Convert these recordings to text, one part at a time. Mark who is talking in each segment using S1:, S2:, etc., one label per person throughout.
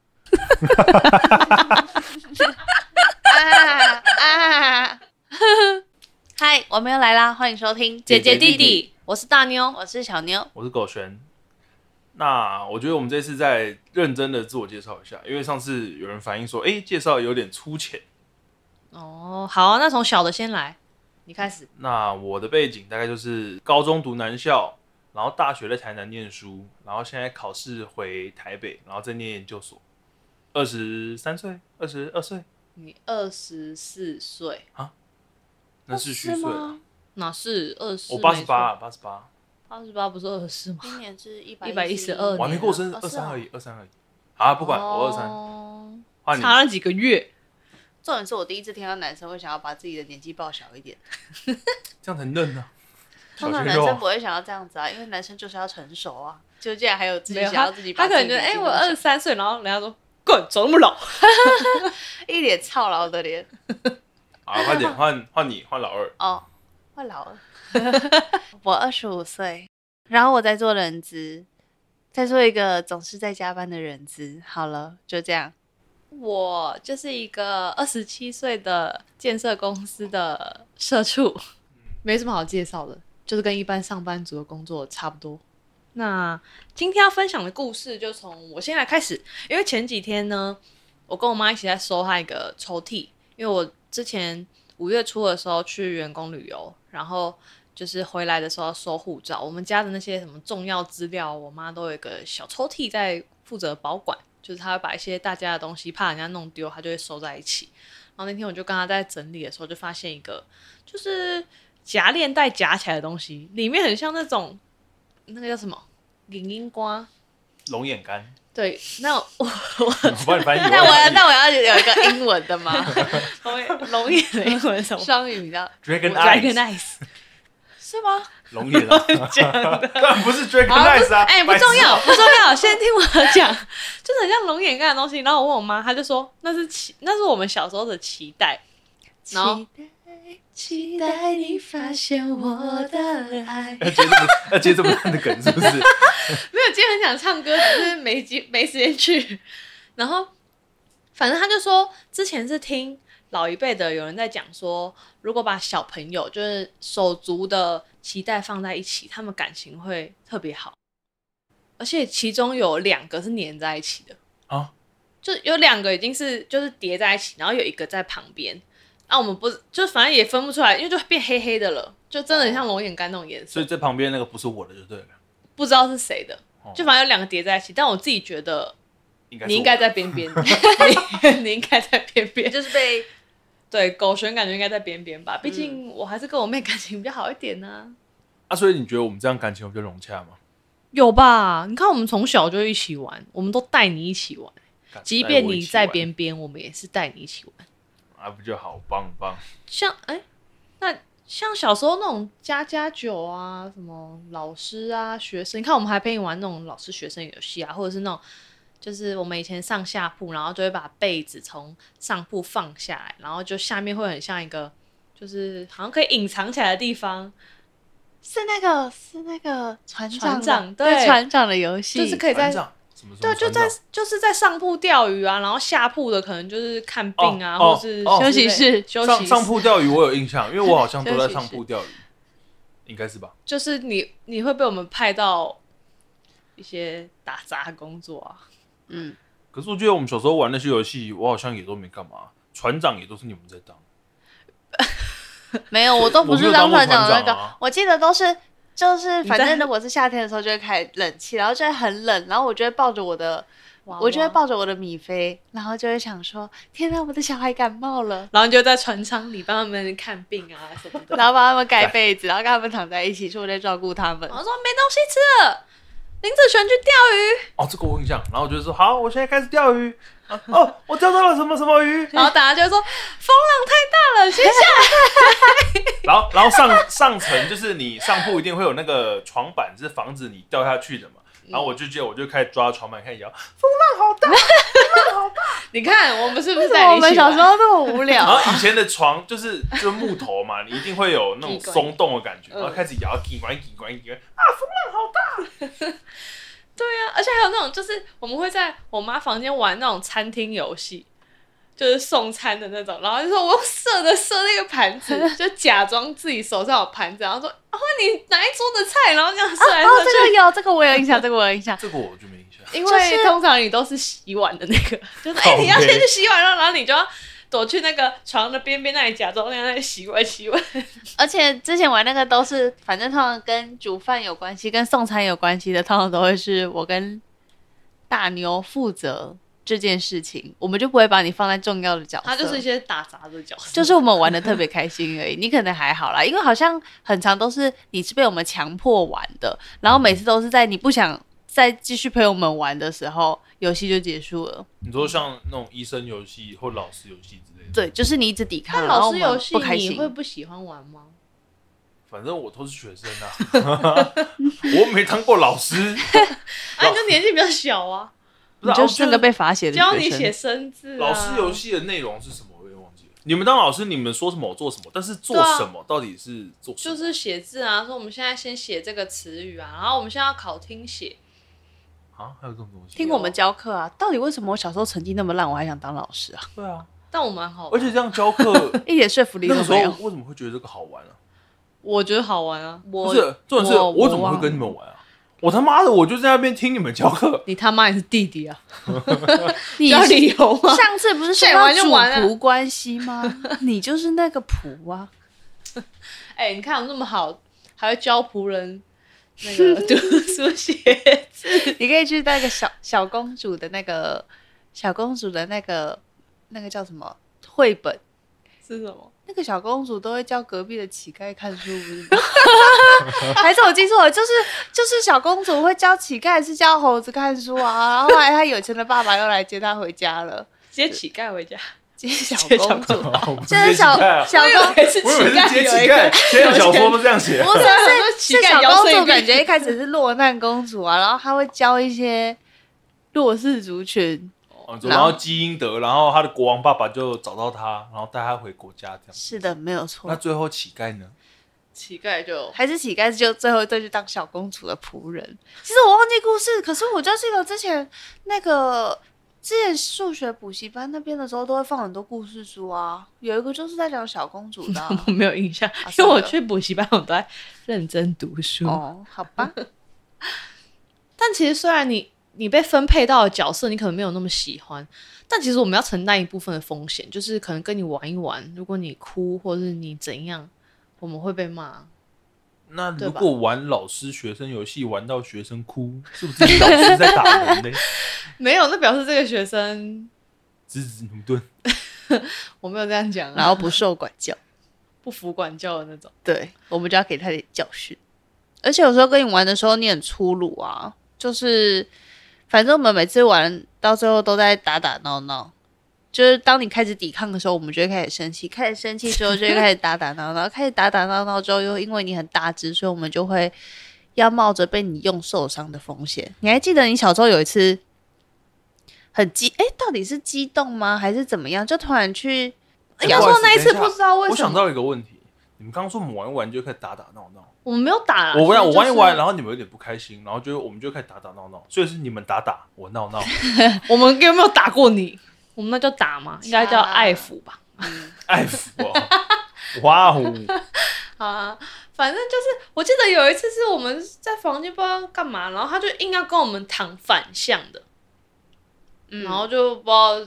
S1: 啊 啊！嗨，我们又来啦，欢迎收听姐姐弟
S2: 姐姐弟
S1: 弟，我是大妞，我是小妞。
S2: 我是狗璇。那我觉得我们这次再认真的自我介绍一下，因为上次有人反映说，哎、介绍有点粗浅。
S1: 哦，好啊，那从小的先来，你开始。
S2: 那我的背景大概就是高中读男校，然后大学在台南念书，然后现在考试回台北，然后再念研究所。二十三岁，二十二岁，
S1: 你二十四岁，
S2: 那是虚岁啊。
S1: 哪是二十？
S2: 我八十八，，八十八，
S1: 八十八不是二十四吗？
S3: 今年是一
S1: 112
S2: 我还没过生日，
S3: 哦
S2: 二
S3: 是
S2: 三
S3: 啊
S2: 而已，二三而已。好啊，不管，我二
S3: 哦
S2: 三。
S1: 三，
S2: 换你，
S1: 差了几个月。
S3: 重点是我第一次听到男生会想要把自己的年纪报小一点，
S2: 这样很嫩啊。小
S1: 哦
S3: 通常
S2: 鲜
S3: 男
S2: 肉
S3: 生
S2: 啊
S3: 不，会想要这样子啊，因为男生就是要成熟啊，就竟然还有自己
S1: 没有
S3: 想
S1: 他，
S3: 要自己把
S1: 他
S3: 自
S1: 可
S3: 己
S1: 能
S3: 的
S1: 觉得，
S3: 年纪
S1: 哎，
S3: 弄
S1: 我
S3: 小
S1: 二十三岁，然后人家说，滚，怎么那么老？
S3: 一脸操劳的脸
S2: 啊，快点换换你，换老二。
S3: 哦，我老了， 我二十五岁，然后我在做人资，在做一个总是在加班的人资，好了，就 这样，
S1: 我就是一个二十七岁的建设公司的社畜，嗯没什么好介绍的，就是跟一般上班族的工作差不多。那今天要分享的故事就从我现在开始，因为前几天呢，我跟我妈一起在收她一个抽屉，因为我之前五月初的时候去员工旅游，然后就是回来的时候要收护照，我们家的那些什么重要资料，我妈都有一个小抽屉在负责保管，就是她会把一些大家的东西，怕人家弄丢，她就会收在一起。然后那天我就跟她在整理的时候，就发现一个就是夹链袋夹起来的东西，里面很像那种那个叫什么银樱瓜。
S2: 龙眼干，
S1: 对，那我
S2: 我帮你翻译。
S3: 那我
S2: 帮
S3: 要
S2: 你翻译
S3: 那我要有 一个英文的吗？
S1: 龙眼的英文是什么
S3: 双语的
S2: Dragon
S1: ？Dragon
S2: Eyes，
S1: Eyes
S3: 是吗？
S2: 龙眼啊，
S1: 讲的。
S2: 但不是 Dragon
S1: 好，不
S2: Eyes
S1: 是
S2: 啊，
S1: 哎、不
S2: 白痴
S1: 重要，不重要，先听我讲，就是很像龙眼干的东西。然后我问我妈，她就说那是期，那是我们小时候的期待。然后
S3: 期待你发现我的爱。
S2: 要接这么要接这么烂的梗是 不是？
S1: 没有，今天很想唱歌，只是没机没时间去。 然后，反正他就说，之前是听老一辈的有人在讲说，如果把小朋友就是手足的脐带放在一起，他们感情会特别好。而且其中有两个是粘在一起的
S2: 啊，
S1: 就有两个已经是就是叠在一起，然后有一个在旁边。啊，我们不就反正也分不出来，因为就变黑黑的了，就真的很像龙眼干那种颜色
S2: 所以。这旁边那个不是我的就对了，
S1: 不知道是谁的
S2: 哦，
S1: 就反正有两个叠在一起。但我自己觉得
S2: 应该是
S1: 你应
S2: 我
S1: 该在边边，你 你应该在边边。
S3: 就是被
S1: 对，狗熊感觉应该在边边
S2: 嗯
S1: 吧，毕竟我还是跟我妹感情比较好一点呢、
S2: 啊。所以你觉得我们这样感情有比较融洽吗？
S1: 有吧？你看我们从小就一起玩，我们都带你一起玩，
S2: 敢
S1: 即便
S2: 带我一
S1: 你
S2: 起
S1: 在
S2: 玩
S1: 边边，我们也是带你一起玩。
S2: 啊，不就好棒很棒？
S1: 像哎、那像小时候那种家家酒啊，什么老师啊、学生，你看我们还陪你玩那种老师学生游戏啊，或者是那种就是我们以前上下铺，然后就会把被子从上铺放下来，然后就下面会很像一个就是好像可以隐藏起来的地方，
S3: 是那个是那个船长
S1: 船
S3: 的
S1: 长啊对
S3: 对船长的游戏，
S1: 就是可以在
S2: 船。长什么什
S1: 对，
S2: 么
S1: 就
S2: 船
S1: 在
S2: 长
S1: 就是在上铺钓鱼啊，然后下铺的可能就是看病啊，
S2: 哦
S1: 或是
S2: 哦哦
S1: 休息室、休息
S2: 上
S1: 室
S2: 上铺钓鱼，我有印象，因为我好像 都在
S3: 休息
S2: 上
S3: 室
S2: 铺钓鱼，应该是吧？
S1: 就是你你会被我们派到一些打杂工作啊，
S3: 嗯，
S2: 可是我觉得我们小时候玩那些游戏，我好像也都没干嘛，船长也都是你们在当。
S3: 没有，我都不是当船长的那
S2: 我没有当过船
S3: 个，
S2: 长啊
S3: 我记得都是就是
S1: 你在
S3: 反正如果是夏天的时候就会开冷气，然后就会很冷，然后我就会抱着我的。
S1: 娃娃
S3: 我就会抱着我的米菲，然后就会想说：“天哪，我的小孩感冒了
S1: 然后你就在船舱里帮他们看病啊什么！”的。
S3: 然后帮他们盖被子，然后跟他们躺在一起，说我在照顾他 们
S1: 然。后说没东西吃了，林子璇去钓鱼，
S2: 哦，这个我有印象。然后我就说好，我现在开始钓鱼。啊哦，我钓到了什么什么鱼？
S1: 然后大家就会说风浪太大了，先下。
S2: 然后，然后上上层就是你上铺一定会有那个床板，是防止你掉下去的嘛。然后我就记得，我就开始抓床板开始摇。
S1: 你看我们是不是
S3: 为什么
S1: 在
S3: 我们小时候那么无
S2: 然
S3: 聊
S2: 后？以前的床就是就是木头嘛，你一定会有那种松动的感觉，
S1: 嗯
S2: 然后开始摇，叽呱叽呱叽呱。
S1: 啊 而且还有那种就是我们会在我妈房间玩那种餐厅游戏，就是送餐的那种，然后就说我用射的射那个盘子， 就假装自己手上有盘子，然后说哦你哪一桌的菜，然后这样射来射
S3: 哦，
S1: 去。
S3: 这个有，这个我有印象，这个我有印象。
S2: 这个我就没印象。
S1: 因
S3: 就是
S1: 为通常你都是洗碗的那个， 就是哎、
S3: 哦
S2: 靠
S1: 你要
S2: 背
S1: 先去洗碗，然后然后你就要躲去那个床的边边那里假装那样在洗碗洗 碗。
S3: 而且之前玩那个都是，反正通常跟煮饭有关系、跟送餐有关系的，通常都会是我跟大牛负责这件事情，我们就不会把你放在重要的角色。
S1: 它就是一些打杂的角 色，
S3: 就是我们玩的特别开心而已，你可能还好啦，因为好像很长都是你是被我们强迫玩的，然后每次都是在你不想再继续陪我们玩的时候，游戏就结束了。
S2: 你说像那种医生游戏或老师游戏之类的，
S3: 对，就是你一直抵抗，
S1: 那
S3: 然后
S1: 老
S3: 我
S1: 师
S3: 们
S1: 游戏
S3: 不开
S1: 你
S3: 心
S1: 会。不喜欢玩吗？
S2: 反正我都是学生啊， 我没当过老师，
S1: 啊，你就年纪比较小啊，
S2: 不
S3: 你
S2: 是啊
S3: 就是那个被罚写的
S1: 教你
S3: 学
S1: 写
S3: 生，
S1: 生字、啊。
S2: 老师游戏的内容是什么？我也忘记了。你们当老师，你们说什么我做什么，但是做
S1: 对啊
S2: 什么、到底是做什
S1: 就
S2: 么？
S1: 是写字啊，说我们现在先写这个词语啊，然后我们现在要考听写，
S2: 啊，还有这种东西？
S3: 听我们教课啊，到底为什么我小时候成绩那么烂，我还想当老师啊？
S2: 对啊，
S1: 但我蛮好
S2: 而
S1: 玩，
S2: 且这样教课，
S3: 一点说服力
S2: 那
S3: 都
S2: 个时
S3: 没
S2: 候
S3: 有。
S2: 为什么会觉得这个好玩啊？
S1: 我觉得好玩啊。
S2: 不
S3: 我
S2: 是，重点是
S3: 我
S2: 我怎么
S3: 忘
S2: 会
S3: 了
S2: 跟你们玩啊？我他妈的，我就在那边听你们 教课，
S1: 你他妈也是弟弟啊，
S3: 你
S1: 要理由吗？
S3: 上次不是 说
S1: 想玩就玩
S3: 要
S1: 啊
S3: 主仆关系吗？你就是那个仆啊。
S1: 哎、你看我那么好，还会教仆人那 个读书写。
S3: 你可以去那个小小公主的那个小公主的那个那个叫什么绘本，
S1: 是什么？
S3: 那个小公主都会教隔壁的乞丐看书，不是吗？ 还是我记错了？就是就是小公主会教乞丐，是教猴子看书啊。然后后来她有钱的爸爸又来接她回家了，
S1: 接乞丐回家，
S3: 接小
S1: 接小
S3: 公
S1: 公
S3: 主
S1: 主。
S3: 就是小
S2: 啊
S3: 小公主。
S1: 还是乞
S2: 我以为
S1: 丐
S2: 是 接
S1: 有
S2: 乞
S1: 一个
S2: 丐，现在小说都这 样写。
S3: 不是
S1: 说
S3: 是
S1: 乞
S3: 是
S1: 丐
S3: 小
S1: 摇
S3: 公
S1: 碎
S3: 主，
S1: 冰
S3: 感觉一开始是落难公主啊，然后她会教一些弱势族群
S2: 哦然后基因德，然后他的国王爸爸就找到他，然后带他回国家这样。
S3: 是的，没有
S2: 那
S3: 错。
S2: 最后乞丐呢？
S1: 乞丐就
S3: 还是乞丐就最后再去当小公主的仆人。其实我忘记故事，可是我就记得之前那个之前数学补习班那边的时候，都会放很多故事书啊。有一个就是在讲小公主的啊、
S1: 我没有印象，
S3: 是
S1: 因为我
S3: 的
S1: 去补习班，我都在认真读书。
S3: 哦，好吧，
S1: 但其实虽然你你被分配到的角色，你可能没有那么喜欢，但其实我们要承担一部分的风险，就是可能跟你玩一玩，如果你哭或是你怎样，我们会被骂。
S2: 那
S1: 对
S2: 如
S1: 吧
S2: 果玩老师学生游戏玩到学生哭，是不是老师在打人呢？
S1: 没有，那表示这个学生
S2: 指指牛顿，
S1: 我没有这样讲
S3: 然
S1: 啊，
S3: 后不受管教，
S1: 不服管教的那种。
S3: 对我们就要给他点教训。而且有时候跟你玩的时候，你很粗鲁啊，就是反正我们每次玩到最后都在打打闹闹。就是当你开始抵抗的时候，我们就会开始生气，开始生气之后就会开始打打闹闹，开始打打闹闹之后，又因为你很大只，所以我们就会要冒着被你用受伤的风险。你还记得你小时候有一次很激，哎、到底是激动吗，还是怎么样？就突然去，
S2: 哎
S1: 应该
S2: 不好
S1: 说
S2: 意思
S1: 那一次
S2: 等一下
S1: 不知道为什么，
S2: 我想到一个问题，你们刚刚说我们玩一玩就开始打打闹闹，
S1: 我们没有打啦，
S2: 我玩我玩一玩，
S1: 了，
S2: 然后你们有点不开心，然后就我们就开始打打闹闹，所以是你们打打我闹闹，
S1: 我们有没有打过你？我们那叫打吗？应该叫爱抚吧。
S2: 爱服哦，哇哦，
S1: 好啊，反正就是我记得有一次是我们在房间不知道干嘛，然后他就硬要跟我们躺反向的，
S3: 嗯
S1: 然后就不知道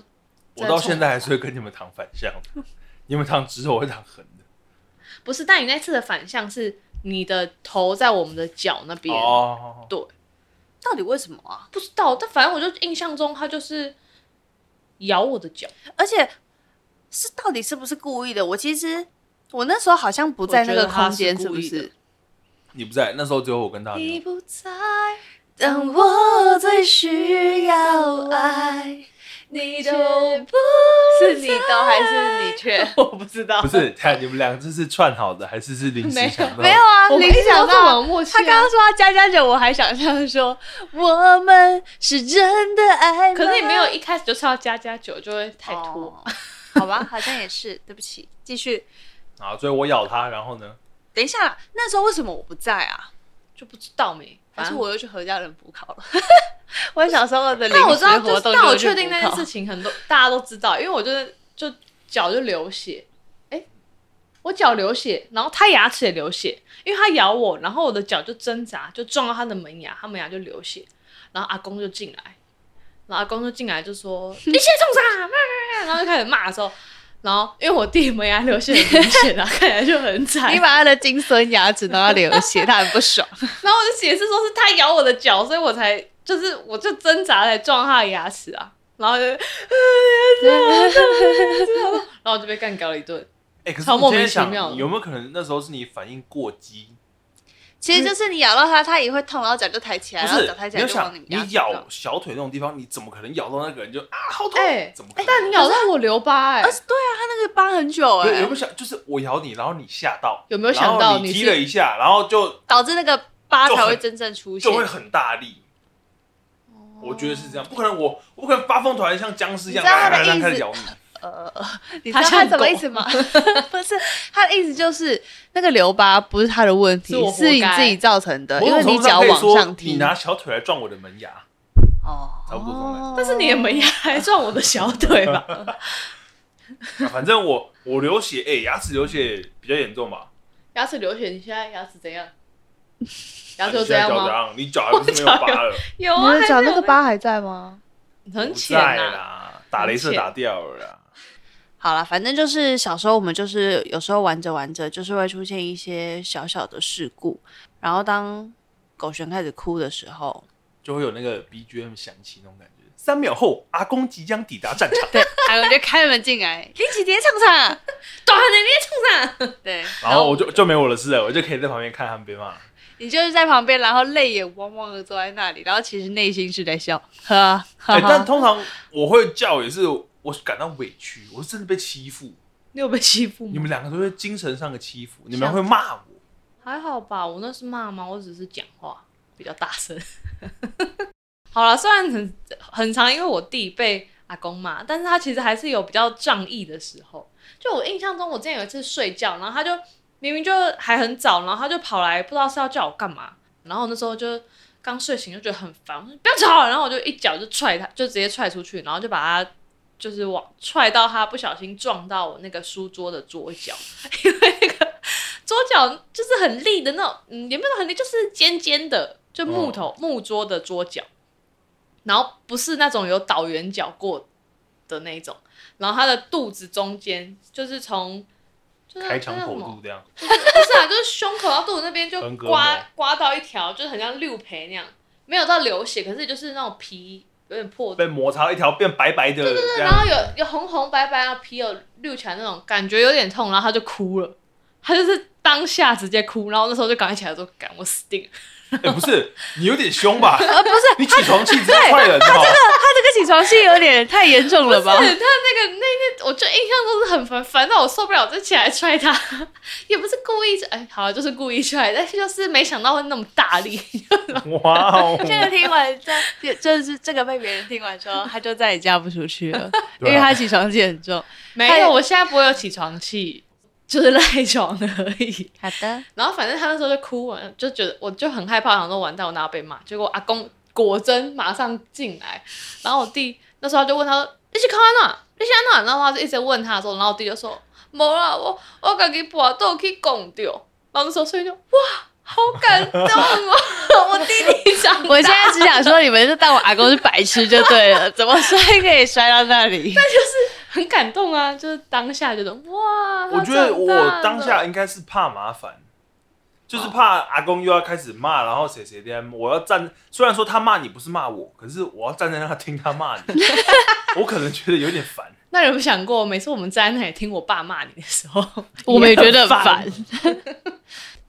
S2: 我到现在还是会跟你们躺反向的，你们躺直的，我会躺横的。
S1: 不是，但你那次的反向是你的头在我们的脚那边，
S2: 哦，
S3: 到底为什么啊？
S1: 不知道，但反正我就印象中他就是咬我的脚，
S3: 而且是到底是不是故意的？我其实我那时候好像不在那个空间，
S1: 我觉得
S3: 不
S1: 他是故意的
S3: 是？
S2: 你不在，那时候只有我跟大
S1: 你
S2: 牛。
S1: 不在，
S3: 当我最需要爱，
S1: 你
S3: 就
S1: 就
S3: 不
S1: 不
S3: 是你的还是你却？
S1: 我不知道，
S2: 不是， 看你们两个这是串好的还是是临时想到的？
S3: 没有啊，
S1: 我们
S3: 你
S1: 一直
S3: 想
S1: 都这么
S3: 到
S1: 有。默契、啊。
S3: 他刚刚说他加加酒，我还想象说我们是真的爱吗，
S1: 可是你没有一开始就唱到加加酒，就会太拖。
S3: 哦 好吧，好像也是，对不起，继续。
S2: 啊，所以我咬他，然后呢？
S3: 等一下啦，那时候为什么我不在啊？
S1: 就不知道没。反
S3: 但是
S1: 正
S3: 我又去何家人补考了。 我小时候的临
S1: 但我知道
S3: 时
S1: 就是，
S3: 活动，
S1: 但我确定那件事，情很多 大家都知道，因为我就是就脚就流血，哎、我脚流血，然后他牙齿也流血，因为他咬我，然后我的脚就挣扎，就撞到他的门牙，他门牙就流血，然后阿公就进来，然后阿公就进来就说你现在冲啥啊，然后就开始骂的时候。然后，因为我弟门牙流血很明显啊，看起来就很惨。
S3: 你把他的金酸牙齿弄到流血，他很不爽。
S1: 然后我就解释说是他咬我的脚，所以我才就是我就挣扎才撞他的牙齿啊，然后就，然后我就被干搞了一顿。
S2: 哎、可是
S1: 超
S2: 你
S1: 莫
S2: 现在
S1: 名其
S2: 想
S1: 妙的
S2: 有没有可能那时候是你反应过激？
S3: 其实就是你咬到他，他也会痛，然后脚就抬起来，
S2: 不
S3: 然后
S2: 是
S3: 脚抬，起
S2: 你
S3: 来
S2: 要
S3: 就往
S2: 想
S3: 你
S2: 你
S3: 们家
S2: 咬。小腿那种地方，你怎么可能咬到那个人就啊好痛？
S1: 哎
S2: 怎么可能？
S1: 但你咬到我留疤哎、
S3: 而且对啊，他那个疤很久哎、
S2: 有有没有想，就是我咬你，然后你吓到，
S1: 有没有想到
S2: 然后
S1: 你
S2: 你
S1: 是
S2: 踢了一下，然后就
S3: 导致那个疤
S2: 就很
S3: 才会真正出现
S2: 就。会很大力。我觉得是这样，不可能我我不可能发疯突然像僵尸一样，
S3: 哦你知道他的
S2: 然后
S3: 意思啊
S2: 开始咬你。
S3: 呃 你知道他什么意思吗？ 不是，他的意思就是那个留疤不是他的问题
S1: 是我，活该
S3: 是你自己造成的，
S2: 某
S3: 因为
S2: 种
S3: 你
S2: 程度上
S3: 脚
S2: 可以
S3: 往
S2: 说
S3: 上
S2: 你
S3: 踢。
S2: 拿小腿来撞我的门牙，啊
S3: 哦，
S2: 差不多这种感觉
S1: 但是你的
S2: 哦
S1: 门牙还撞我的小腿吧？
S2: 啊反正我我流血，哎、牙齿流血比较严重吧？
S1: 牙齿流血，你现在牙齿怎样？牙齿
S2: 啊
S1: 有这
S2: 你现在
S1: 样
S2: 脚
S1: 吗？
S2: 样？你脚还不是没有疤了？
S1: 有
S3: 你
S1: 啊，
S3: 的脚
S1: 还是
S3: 那
S1: 有
S3: 个疤还在吗？
S1: 很
S2: 不
S1: 浅
S2: 在
S1: 啊。
S2: 啦，打雷射打掉了啦。
S3: 好了，反正就是小时候我们就是有时候玩着玩着，就是会出现一些小小的事故，然后当狗熊开始哭的时 候，
S2: 就会有那个 BGM 响起那种感觉。三秒后，阿公即将抵达战场，
S3: 对，还哎有就开门进来，林启蝶唱唱，
S1: 短的你也冲上，
S3: 对，
S2: 然后我就就没我的事了，我就可以在旁边看他们被骂。
S3: 你就是在旁边，然后泪眼汪汪的坐在那里，然后其实内心是在笑，哈哈
S2: 哎、
S3: 哈。
S2: 但 通常我会叫也是我感到委屈，我是真的被欺负，
S1: 你有被欺负
S2: 你
S1: 吗？
S2: 们两个都是精神上的欺负，你们会骂我。
S1: 还好吧，我那是骂吗？我只是讲话比较大声。 好了，虽然很很常因为我弟被阿公骂，但是他其实还是有比较仗义的时候。就我印象中，我之前有一次睡觉，然后他就明明就还很早，然后他就跑来，不知道是要叫我干嘛。然后我那时候就刚睡醒，就觉得很烦，我说不要吵了。然后我就一脚就踹他，就直接踹出去，然后就把他就是往踹到他不小心撞到我那个书桌的桌角， 因为那个桌角就是很利的那种，嗯，也没有很利，就是尖尖的，就木头、木桌的桌角，然后不是那种有倒圆角过的那一种，然后他的肚子中间就是从。就是
S2: 开肠
S1: 那
S2: 破
S1: 什么
S2: 肚这样，
S1: 不是啊，就是胸口到肚子那边就
S2: 横膈膜
S1: 刮刮到一条，就是很像六培那样，没有到流血，可是就是那种皮有点破
S2: 被摩擦一条变白白的，这
S1: 然后
S2: 样
S1: 有有红红白白的皮有溜起来那种感觉有点痛，然后他就哭了，他就是当下直接哭，然后那时候就赶快起来说：“赶我死定了
S2: 哎、不是你有点凶吧？不是你起床气直接坏人哈。
S3: 这个起床气有点太严重了！”吧
S1: 他那？个那个，我就印象中是很烦，烦到我受不了，我就起来踹他， 也不是故意，哎，好、就是故意踹，但是就是没想到会那么大力，
S2: 哇哦！
S3: 这个听完在，就是这个被别人听完之后，他就再也嫁不出去了，因
S2: 对啊
S3: 为他起床气很重。
S1: 没有，我现在不会有起床气，就是赖床了而已。
S3: 好的，
S1: 然后反正他那时候就哭完，就觉得我就很害怕，想说完蛋，我哪有被骂？结果阿公果真马上进来，然后我弟那时候就问他说：“你去看哪？你去看哪？”然后他就一直问他的时候，然后我弟就说：“没啦，我我自己跋倒去拱掉。”然后那时候所以就哇，好感动哦，我弟弟长大。
S3: 我现在只想说，你们就当我阿公是白痴就对了，怎么摔可以摔到那里？
S1: 很感动啊，就是当下觉得哇，
S2: 我
S1: 他
S2: 觉得
S1: 长大了哦
S2: 我当下应该是怕麻烦，就是怕阿公又要开始骂，然后谁谁的，我要站。虽然说他骂你不是骂我，可是我要站在那听他骂 你，我可能觉得有点烦。
S1: 那有没有想过，每次我们站在那里听我爸骂你的时候，
S3: 我们也觉得
S1: 很
S3: 很烦。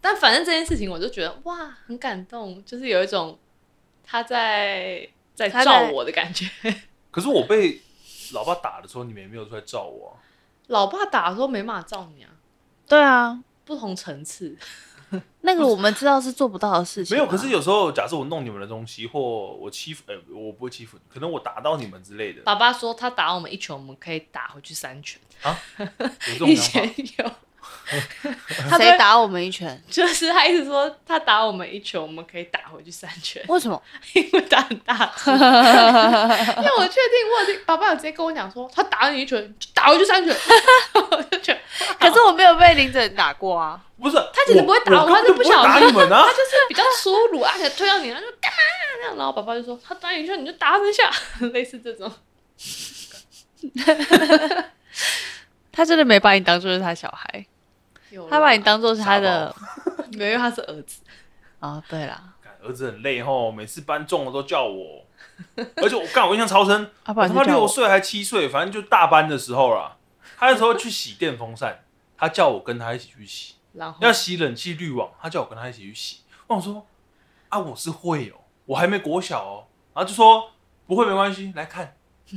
S1: 但反正这件事情，我就觉得哇，很感动，就是有一种他在在
S3: 他在
S1: 照我的感觉。
S2: 可是我被老爸打的时候，你们也没有出来照我啊、
S1: 老爸打的时候没办法照你啊，
S3: 对啊，
S1: 不同层次。
S3: 那个我们知道是做不到的事情
S2: 没
S3: 啊。
S2: 有。可是有时候，假设我弄你们的东西，或我欺负，呃，我不会欺负你，可能我打到你们之类的，
S1: 爸爸说他打我们一拳，我们可以打回去三拳。
S2: 有这种
S1: 以
S2: 想
S1: 前
S2: 法。
S1: 有， 他
S3: 谁
S1: 被
S3: 打我们一拳？
S1: 就是他一直说他打我们一拳，我们可以打回去三 拳，
S3: 为什么？
S1: 因为打很大 只。因为我确定，我有听爸爸有直接跟我讲说，他打你一拳，就打回去三拳。 我就觉得
S3: 可是我没有被林子打过啊。
S2: 不是，他
S1: 其实不会打我他是
S2: 根本
S1: 不
S2: 不
S1: 小
S2: 打
S1: 心
S2: 你们啊
S1: 他！就是 比较粗鲁，而且推到你，他就干嘛那样，然后爸爸就说他打你一拳，你就打他一下， 类似这种。
S3: 他真的没把你当做是他小孩，
S1: 有
S3: 他把你当做是他的
S1: 没有，因为他是儿子，
S3: 啊、
S2: 哦
S3: 对啦，
S2: 干儿子很累吼，每次搬重了都叫 我，而且我干我印象超深，
S3: 啊，不
S2: 我
S3: 然就
S2: 他妈
S3: 叫
S2: 六
S3: 我
S2: 岁还七岁，反正就大班的时候啦。他那时候去洗电风扇，他叫我跟他一起去洗，
S1: 然
S3: 哦
S1: 后
S2: 要洗冷气滤网，他叫我跟他一起去洗。我想说啊，我是会哦，我还没国小哦。然后就说不会没关系，来看，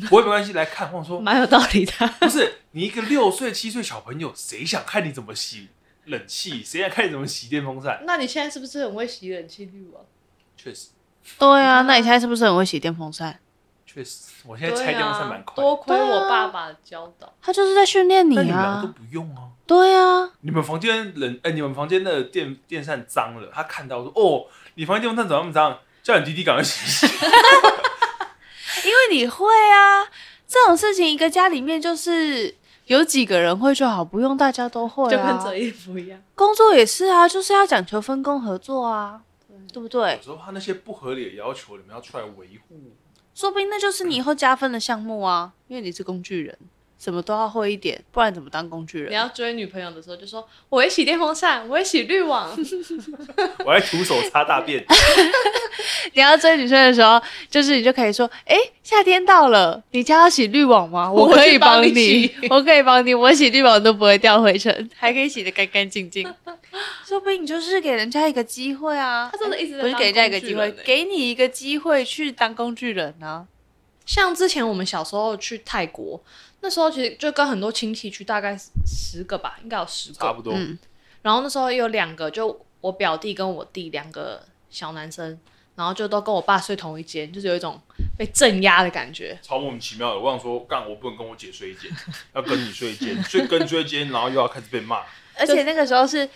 S2: 不会没关系，来看。我想 说
S1: 蛮有道理的。
S2: 不是你一个六岁七岁小朋友，谁想看你怎么洗冷气？谁想看你怎么洗电风扇？
S1: 那你现在是不是很会洗冷气滤网？
S2: 确实，
S3: 对啊，那你现在是不是很会洗电风扇？
S2: 确实，我现在拆电风
S3: 啊
S2: 扇蛮快的。
S1: 啊多亏我爸爸的教导。
S3: 他就是在训练
S2: 那你们两个都
S3: 啊。
S2: 不用啊。
S3: 对啊，
S2: 你们房间冷哎、你们房间的电电扇脏了，他看到说哦，你房间电风扇怎么那么脏？叫你弟弟赶快洗一洗。
S3: 因为你会啊，这种事情一个家里面就是有几个人会就好，不用大家都会、啊。
S1: 就跟折衣服一样。
S3: 工作也是啊，就是要讲求分工合作啊，对不对
S2: 有？时候他那些不合理的要求，你们要出来维护。
S3: 说不定那就是你以后加分的项目啊，因为你是工具人，什么都要会一点，不然怎么当工具
S2: 啊
S1: 你
S3: 人？
S1: 要追女朋友的时候，就说我会洗电风扇，我会洗滤网，
S2: 我还徒手擦大便，
S3: 你要追女生的时候，就是你就可以说，哎，夏天到了，你家要洗滤网 吗？
S1: 我
S3: 可
S1: 去
S3: 以
S1: 帮
S3: 帮
S1: 你
S3: 你， 我可以帮你，我洗滤网都不会掉灰尘，还可以洗得干干净净。 说不定你就是给人家一个机会啊，
S1: 他真的一直在
S3: 不是
S1: 当
S3: 给人家一个
S1: 工具
S3: 机会
S1: 人欸，
S3: 给你一个机会去当工具人啊。
S1: 像之前我们小时候去泰国，那时候其实就跟很多亲戚去，大概十十个吧，应该有十
S2: 差
S1: 个。
S2: 不多。
S3: 嗯
S1: 然后那时候有两个，就我表弟跟我弟两个小男生，然后就都跟我爸睡同一间，就是有一种被镇压的感觉。
S2: 超莫名其妙的，我想说，干我不能跟我姐睡一 间，要跟你睡一间，睡跟睡一间，然后又要开始被骂。
S3: 而且那个时候是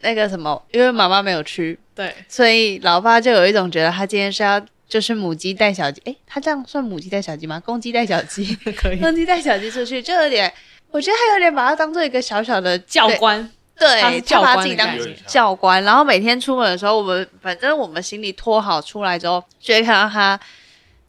S3: 那个什么，因为妈妈没有去，
S1: 对，
S3: 所以老爸就有一种觉得他今天是要就是母鸡带小鸡，诶，他这样算母鸡带小鸡吗？公鸡带小鸡，
S1: 可以。
S3: 公鸡带小鸡出去，就有点，我觉得他有点把他当做一个小小的
S1: 教，官，
S3: 对，
S1: 他
S3: 对
S1: 是
S3: 他
S1: 教
S3: 把
S1: 官
S3: 自己
S1: 的
S3: 当
S1: 感
S2: 觉
S3: 教官。然后每天出门的时候，我们反正我们行李拖好出来之后，就会看到他。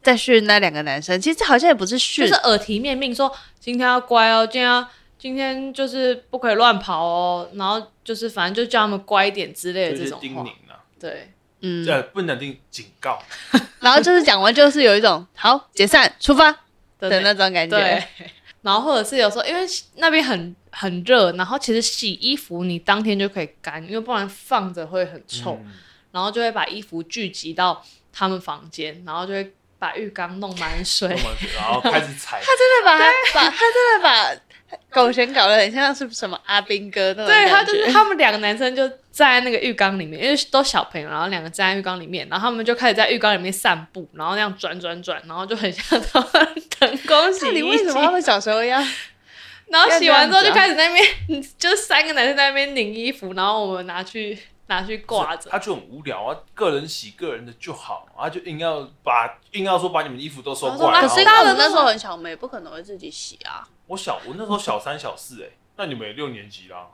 S3: 在训那两个男生，其实好像也不是训，
S1: 就是耳提面命说今天要乖哦，今天要今天就是不可以乱跑哦，然后就是反正就叫他们乖一点之类的
S2: 这
S1: 这
S2: 些
S1: 种
S2: 叮
S1: 话
S2: 咛。啊，
S1: 对，
S3: 嗯，
S2: 呃，不能叮警告，
S3: 然后就是讲完就是有一种好解散出发
S1: 对
S3: 的那种感觉，
S1: 对，然后或者是有时候因为那边很很热，然后其实洗衣服你当天就可以干，因为不然放着会很臭，
S2: 嗯
S1: 然后就会把衣服聚集到他们房间，然后就会把浴缸弄满水
S2: 那。么然后开始踩。
S3: 真的把他把他真的把狗熊搞得很像是什么阿兵哥那种
S1: 对他
S3: 感
S1: 就
S3: 觉
S1: 是他们两个男生就站在那个浴缸里面，因为都小朋友，然后两个站在浴缸里面，然后他们就开始在浴缸里面散步，然后那样转转转，然后就很像他们 成功洗
S3: 那你
S1: 衣
S3: 为什么他
S1: 机，
S3: 们小时候 要？
S1: 然后洗完之后就
S3: 要这样
S1: 开始在那边，就三个男生在那边拧衣服，然后我们拿去拿去挂着。
S2: 他就很无聊啊，个人洗个人的就好，他就硬要把硬要说把你们衣服都收过来。
S1: 可
S2: 然
S1: 是
S2: 后
S1: 大人那时候
S3: 很小，我们也不可能会自己洗啊。
S2: 我小我那时候小三小四哎、那你们也六年级啦，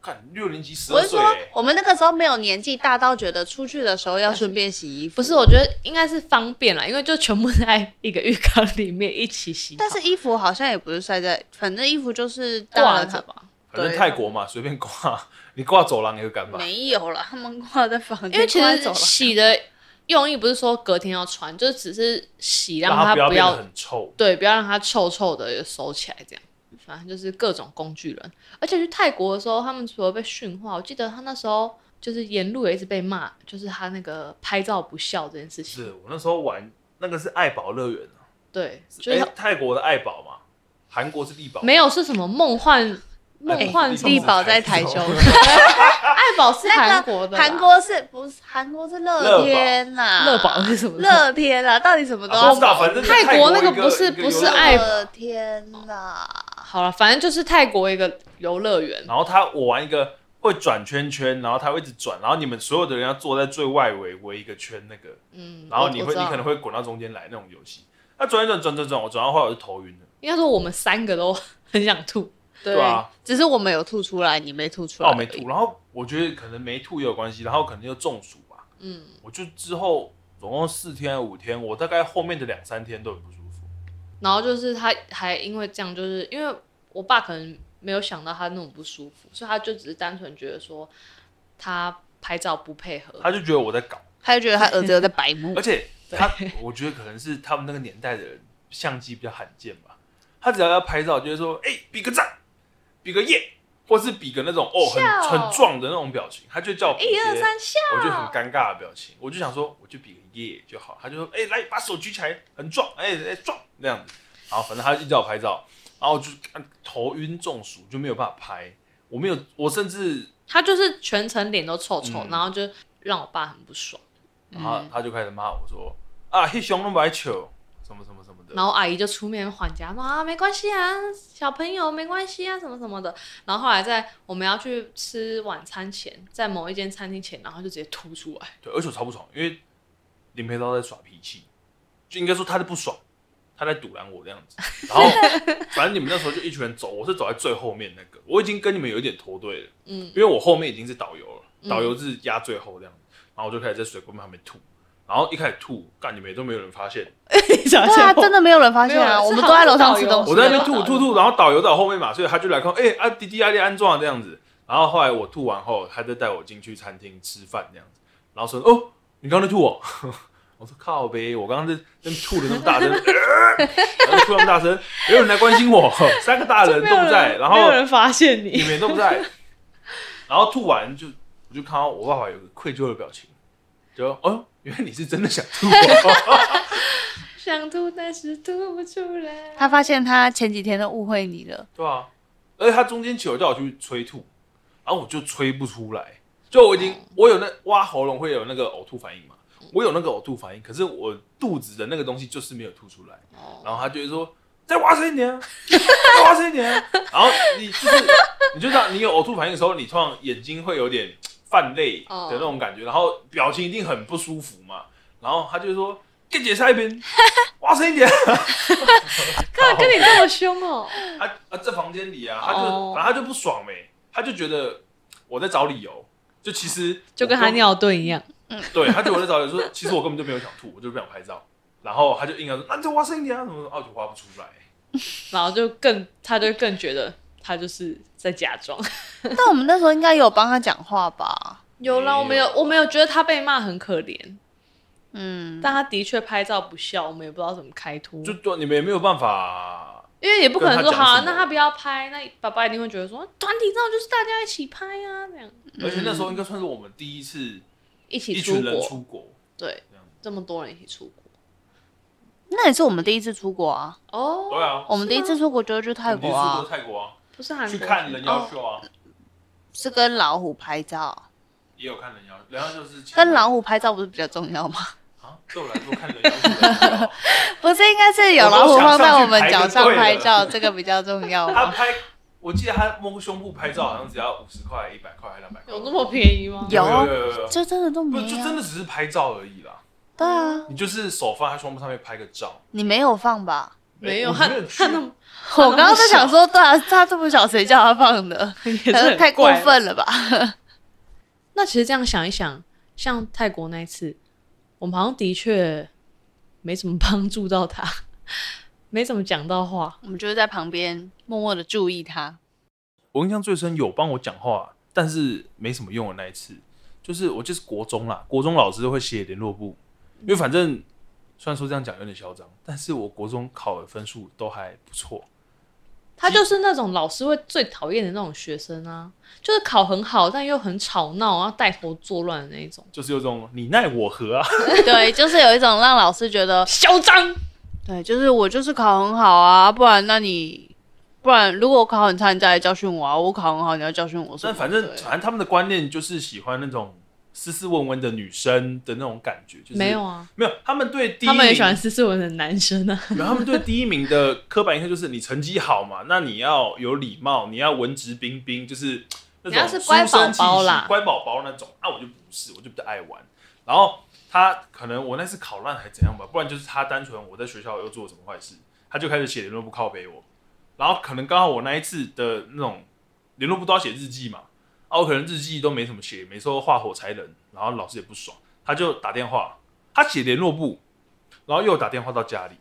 S2: 看六年级十
S3: 我
S2: 二
S3: 是
S2: 岁
S3: 说
S2: 哎，，
S3: 我们那个时候没有年纪大到觉得出去的时候要顺便洗衣服，
S1: 不是，我觉得应该是方便啦，因为就全部在一个浴缸里面一起洗好，
S3: 但是衣服好像也不是晒在，反正衣服就是
S1: 挂
S3: 大
S1: 着
S3: 着
S1: 吧，
S2: 反正
S1: 啊
S2: 泰国嘛，随便挂，你挂走廊也有干嘛？
S3: 没有了，他们挂在房间，
S1: 因为其
S3: 挂在走
S1: 实
S3: 廊
S1: 洗的用意不是说隔天要穿，就只是洗让
S2: 让它
S1: 它
S2: 不要
S1: 不
S2: 变
S1: 要
S2: 得很臭。
S1: 对，不要让它臭臭的收起来，这样。反正就是各种工具人，而且去泰国的时候，他们除了被训话，我记得他那时候就是沿路也一直被骂，就是他那个拍照不孝这件事情。
S2: 是我那时候玩那个是爱宝乐园啊，
S1: 对，就
S2: 哎、
S1: 是、
S2: 泰国的爱宝嘛，韩国是力宝，
S1: 没有是什么梦
S2: 哎
S1: 幻梦幻什么
S3: 力宝在台中。
S1: 爱宝是韩国的啦，
S3: 韩国是不是韩国是乐天呐、
S1: 乐宝是什么？
S3: 乐天啦、到底什么都
S2: 啊
S3: 要
S2: 不知道，反正
S1: 泰国
S2: 国
S1: 那个
S2: 一
S1: 不是
S2: 一
S1: 不是
S2: 游乐
S1: 爱
S2: 园
S3: 乐天呐、
S1: 好了，反正就是泰国一个游乐园，
S2: 然后他我玩一个会转圈圈，然后他会一直转，然后你们所有的人要坐在最外围围一个圈那个，
S1: 嗯，
S2: 然后
S1: 我
S2: 你
S1: 我
S2: 会
S1: 知
S2: 你
S1: 道
S2: 可能会滚到中间来那种游戏。那转一转转转转，我转到后来我就头晕了。
S1: 应该说我们三个都很想吐，
S3: 对
S2: 对啊
S3: 只是我们有吐出来，你没吐出来
S2: 哦，
S3: 而已，
S2: 没吐，然后我觉得可能没吐也有关系，然后可能又中暑吧。
S1: 嗯，
S2: 我就之后总共四天还是五天，我大概后面的两三天都很不舒服。
S1: 然后就是他还因为这样，就是因为我爸可能没有想到他那种不舒服，所以他就只是单纯觉得说他拍照不配合，
S2: 他就觉得我在搞，
S3: 他就觉得他儿子有在白目
S1: 嗯
S2: 而，且他我觉得可能是他们那个年代的人相机比较罕见吧。他只要要拍照，就会说：“哎、比个赞，比个耶，或是比个那种哦很
S1: 笑哎
S2: 很壮的那种表情。”他就叫我比
S1: 一二
S2: 耶
S1: 三下，
S2: 我就很尴尬的表情，我就想说，我就比个耶就好。他就说，哎、来把手举起来，很壮，哎、哎、壮那样子。然后反正他就叫我拍照，然后我就、啊头晕中暑，就没有办法拍。我没有，我甚至
S1: 他就是全程脸都臭臭，
S2: 嗯
S1: 然后就让我爸很不爽。
S2: 然后他就开始骂我说，啊，黑熊那么爱球，什么什么什么的。
S1: 然后阿姨就出面缓颊嘛，啊没关系啊，小朋友没关系啊，什么什么的。然后后来在我们要去吃晚餐前，在某一间餐厅前，然后就直接吐出 来。
S2: 对，而且我超不爽，因为林培涛在耍脾气，就应该说他在不爽，他在堵拦我这样 子。然后反正你们那时候就一群人走，我是走在最后面那个，我已经跟你们有一点脱队了。
S1: 嗯，
S2: 因为我后面已经是导游了，
S1: 嗯
S2: 导游是压最后这样子，然后我就开始在水沟旁边吐，然后一开始吐，干你们也都没有人发现，
S1: 对
S3: 对啊，真的没有人发现
S1: 没有
S3: 啊，
S1: 人
S3: 我们都在楼上吃
S1: 哦
S3: 东西，
S2: 我在那边吐吐吐，然后导游在我后面嘛，所以他就来看，哎、啊滴滴啊滴安装这样子，然后后来我吐完后，他就带我进去餐厅吃饭这样子，然后说哦，你刚才吐哦。 我说靠呗，我刚刚在那边吐的那么大声，呃然后吐那么大声，没有人来关心我，三个大人都不在，然后
S1: 没有人发现
S2: 你
S1: 你。
S2: 们都不在。然后吐完就，我就看到我爸爸有个愧疚的表情，就哦，原来你是真的想吐、哦
S1: 想吐但是吐不出来。
S3: 他发现他前几天都误会你 了，
S2: 对啊。而且他中间求叫我去催吐，然后我就催不出来，就我已经我有那挖喉咙会有那个呕吐反应嘛，我有那个呕吐反应，可是我肚子的那个东西就是没有吐出来。然后他就会说：“再挖深一点啊，再挖深一点啊。”然后你就是，你就知道你有呕吐反应的时候，你通常眼睛会有点泛泪的那种感觉，然后表情一定很不舒服嘛。然后他就说：“更解下一边，挖深一点啊
S1: 看跟你这么凶哦，
S2: 啊！”啊，在房间里啊，他就
S1: 哦
S2: 反正他就不爽没、他就觉得我在找理由，就其实
S1: 就跟
S2: 我
S1: 他尿遁一样。
S2: 对他觉得我在找理由说，其实我根本就没有想吐，我就不想拍照。然后他就硬要说：“那你再挖深一点啊，什么什么，哦，就挖不出来。”
S1: 然后就更，他就更觉得他就是在假装。
S3: 但我们那时候应该有帮他讲话吧？
S1: 有啦，我没有，我没有觉得他被骂很可怜，
S3: 嗯，
S1: 但他的确拍照不笑，我们也不知道怎么开脱，
S2: 就对，你们也没有办法。
S1: 因为也不可能说
S2: 跟他
S1: 好、
S2: 讲
S1: 啊
S2: 什，么
S1: 那他不要拍，那爸爸一定会觉得说团体照就是大家一起拍啊，这样
S2: 而且那时候应该算是我们第一次
S1: 一起
S2: 一
S1: 出
S2: 群人
S1: 国，
S2: 出国，
S1: 对
S2: 这样，
S1: 这么多人一起出国。
S3: 那也是我们第一次出国啊，
S1: 哦，
S2: 对啊
S3: 我们第一次出国就是去泰
S2: 我们第一
S3: 国
S2: 次
S3: 啊
S2: 都，泰国啊，
S1: 不是韩国
S2: 去看人妖
S1: 哦
S2: 秀啊，
S3: 是跟老虎拍照，
S2: 也有看人妖，人妖就是前
S3: 跟老虎拍照不是比较重要 吗？
S2: 啊，对我来说看人妖秀很重要，
S3: 不是应该是有老虎放在我们脚上拍
S2: 我
S3: 照，这个比较重要啊
S2: 他
S3: 吗？
S2: 拍，我记得他摸胸部拍照好像只要五十块、一百块还两百块，
S1: 有那么便宜吗？
S3: 有
S2: 有有有有，
S3: 就真的都
S2: 不
S3: 没
S2: 是就真
S3: 有，啊
S2: 的只是拍照而已啦，
S3: 对啊，
S2: 你就是手放在胸部上面拍个照，
S3: 你没有放吧？
S1: 没有，
S2: 我
S1: 他
S2: 没有去
S1: 他那么
S3: 我刚刚在想说，对啊，他这么小，谁叫他放的？
S1: 也是
S3: 可能
S1: 很
S3: 太过
S1: 怪了
S3: 分了吧？
S1: 那其实这样想一想，像泰国那一次，我们好像的确没怎么帮助到他， 没怎么讲到话。
S3: 我们就是在旁边默默的注意他。
S2: 我印象最深有帮我讲话，但是没什么用的那一次，就是我就是国中啦，国中老师会写联络簿，因为反正虽然说这样讲有点嚣张，但是我国中考的分数都还不错，
S1: 他就是那种老师会最讨厌的那种学生啊，就是考很好，但又很吵闹，然后带头作乱的那一种，
S2: 就是有种你奈我何啊，
S3: 对，就是有一种让老师觉得，
S1: 嚣张。
S3: 对，就是我就是考很好啊，不然那你，不然如果我考很差，你再来教训我啊；我考很好，你要教训我什么。
S2: 但反正
S3: 对
S2: 反正他们的观念就是喜欢那种斯斯文文的女生的那种感觉，就是
S1: 没有啊，
S2: 没有，他们对第一
S1: 他
S2: 名，
S1: 们也喜欢斯斯文的男生啊。
S2: 然后他们对第一名的刻板印象就是你成绩好嘛，那你要有礼貌，你要文质彬彬，就是那
S1: 你要
S2: 种
S1: 是
S2: 书
S1: 乖
S2: 生
S1: 宝宝
S2: 气
S1: 啦
S2: 息乖宝宝那种。啊，我就不是，我就比较爱玩。然后他可能我那次考烂还怎样吧，不然就是他单纯我在学校又做了什么坏事，他就开始写联络簿靠背我。然后可能刚好我那一次的那种联络簿都要写日记嘛，啊，我可能日记都没什么写，每次都画火柴人，然后老师也不爽，他就打电话，他写联络簿，然后又打电话到家里，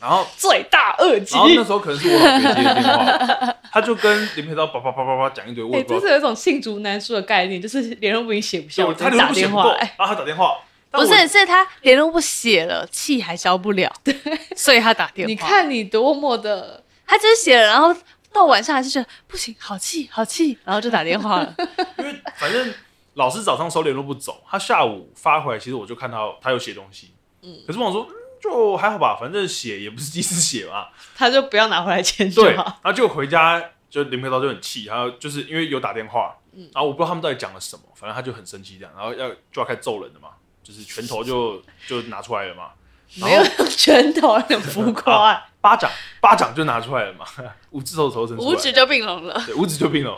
S2: 然后
S1: 罪大恶极
S2: 然后那时候可能是我老婆接的电话，他就跟林培涛叭叭叭叭叭讲一堆，我
S1: 哎、
S2: 也不
S1: 这
S2: 知
S1: 是
S2: 道，
S1: 有一种罄竹难书的概念，就是联络簿已经写不下，
S2: 就
S1: 我
S2: 他
S1: 直接
S2: 联
S1: 打
S2: 络不行
S1: 电
S2: 不
S1: 话
S2: 够，
S1: 哎
S2: 然后他打电话，但
S3: 不
S2: 我
S3: 是，是他联络簿写了，气还消不了，所以他打电话。
S1: 你，看你多么的，
S3: 他只是写了，然后到晚上还是觉得不行，好气，好气，然后就打电话了。
S2: 因为反正老师早上收联络簿走，他下午发回来，其实我就看到他有写东西，嗯，可是我想说嗯就还好吧，反正写也不是第一次写嘛，
S1: 他就不要拿回来签 就
S2: 对，然
S1: 好。
S2: 后就回家，就林培涛就很气，然后就是因为有打电话，
S1: 嗯
S2: 然后我不知道他们到底讲了什么，反正他就很生气这样，然后要就要开始揍人了嘛，就是拳 头就就拿出来了嘛，然
S1: 没有
S2: 后
S1: 拳头很浮夸、 哎
S2: 巴掌巴掌就拿出来了嘛， 五指头头伸出来，
S3: 五指就并拢了，
S2: 对五指就病了，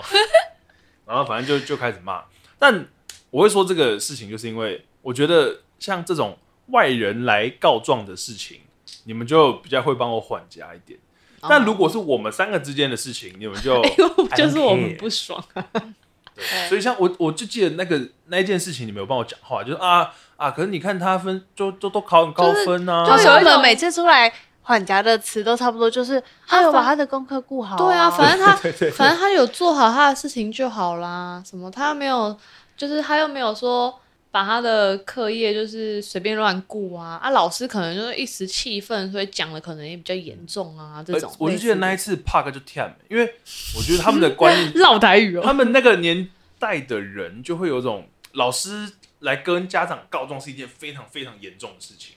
S2: 然后反正就就开始骂，但我会说这个事情，就是因为我觉得像这种外人来告状的事情，你们就比较会帮我缓夹一点。但如果是我们三个之间的事情，你们就
S1: 因为哎就是我
S2: I don't
S1: 们
S2: care
S1: 不爽、啊，
S2: 所以像我，我就记得那个那一件事情，你没有帮我讲话，就是啊啊，可是你看他分就都都考很高分啊，
S1: 就
S3: 就是是
S1: 有
S3: 我
S1: 一
S3: 们
S1: 种
S3: 每次出来缓夹的词都差不多，就是他有把他的功课顾好、
S1: 对啊，反正他
S2: 对对对
S1: 反正他有做好他的事情就好啦。什么他没有，就是他又没有说把他的课业就是随便乱顾啊啊，老师可能就是一时气愤，所以讲的可能也比较严重啊这种
S2: 呃。我就记得那一
S1: 次
S2: 次 Park 就跳，因为我觉得他们的观念，
S1: 绕台语
S2: 他
S1: 哦，
S2: 们那个年代的人就会有种老师来跟家长告状是一件非常非常严重的事情，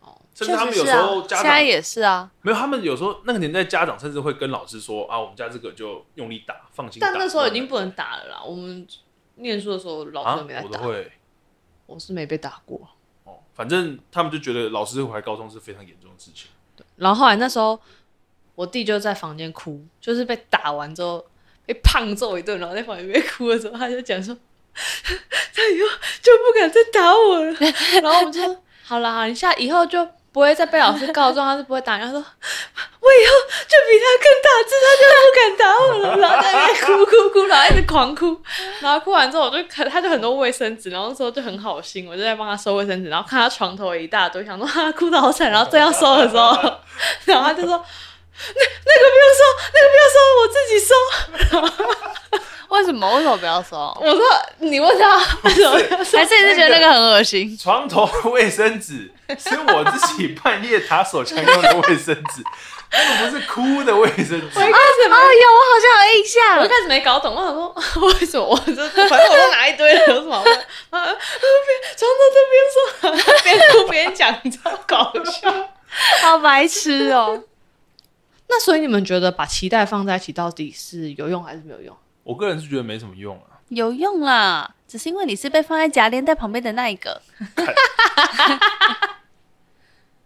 S1: 哦
S2: 甚至他们有时候
S3: 确实是啊
S2: 家
S3: 现在
S2: 长
S3: 也是啊，
S2: 没有，他们有时候那个年代家长甚至会跟老师说啊，我们家这个就用力打，放心打。
S1: 但那时候已经不能打了啦。我们念书的时候老师
S2: 啊
S1: 都没在，
S2: 我
S1: 打，
S2: 都会。
S1: 我是没被打过。
S2: 哦，反正他们就觉得老师回来告状是非常严重的事情。
S1: 然后后来那时候，我弟就在房间哭，就是被打完之后被胖揍一顿，然后在房间里面哭的时候，他就讲说：“他以后就不敢再打我了。”然后我们就说：“好啦，好啦你下以后就不会再被老师告状，他是不会打。”然后他说：“我以后就比他更大只，他就不敢打我了。”然后在那边哭哭哭，然后一直狂哭，然后哭完之后，我就看他就很多卫生纸，然后那时候就很好心，我就在帮他收卫生纸，然后看他床头有一大堆，想说他哭的好惨，然后正要收的时候，然后他就说。那那个不用收，那个不用收，我自己收。
S3: 为什么为什么不要收？
S1: 我说你问他，为什么啊要收
S3: 还是你是觉得那个很恶心？
S2: 床头卫生纸是我自己半夜打手枪用的卫生纸，那个不是哭的卫生纸
S1: 我一。开始没，
S3: 哦，有，我好像有印
S1: 我一
S3: 象。
S1: 开始没搞懂，我想说为什么我啊这反正我都拿一堆了，有什么好问？啊，啊边床头这边说，边 哭边讲，超搞笑。
S3: 好白痴哦！
S1: 那所以你们觉得把脐带放在一起到底是有用还是没有用？
S2: 我个人是觉得没什么用啊。
S3: 有用啦，只是因为你是被放在夹链袋旁边的那一个。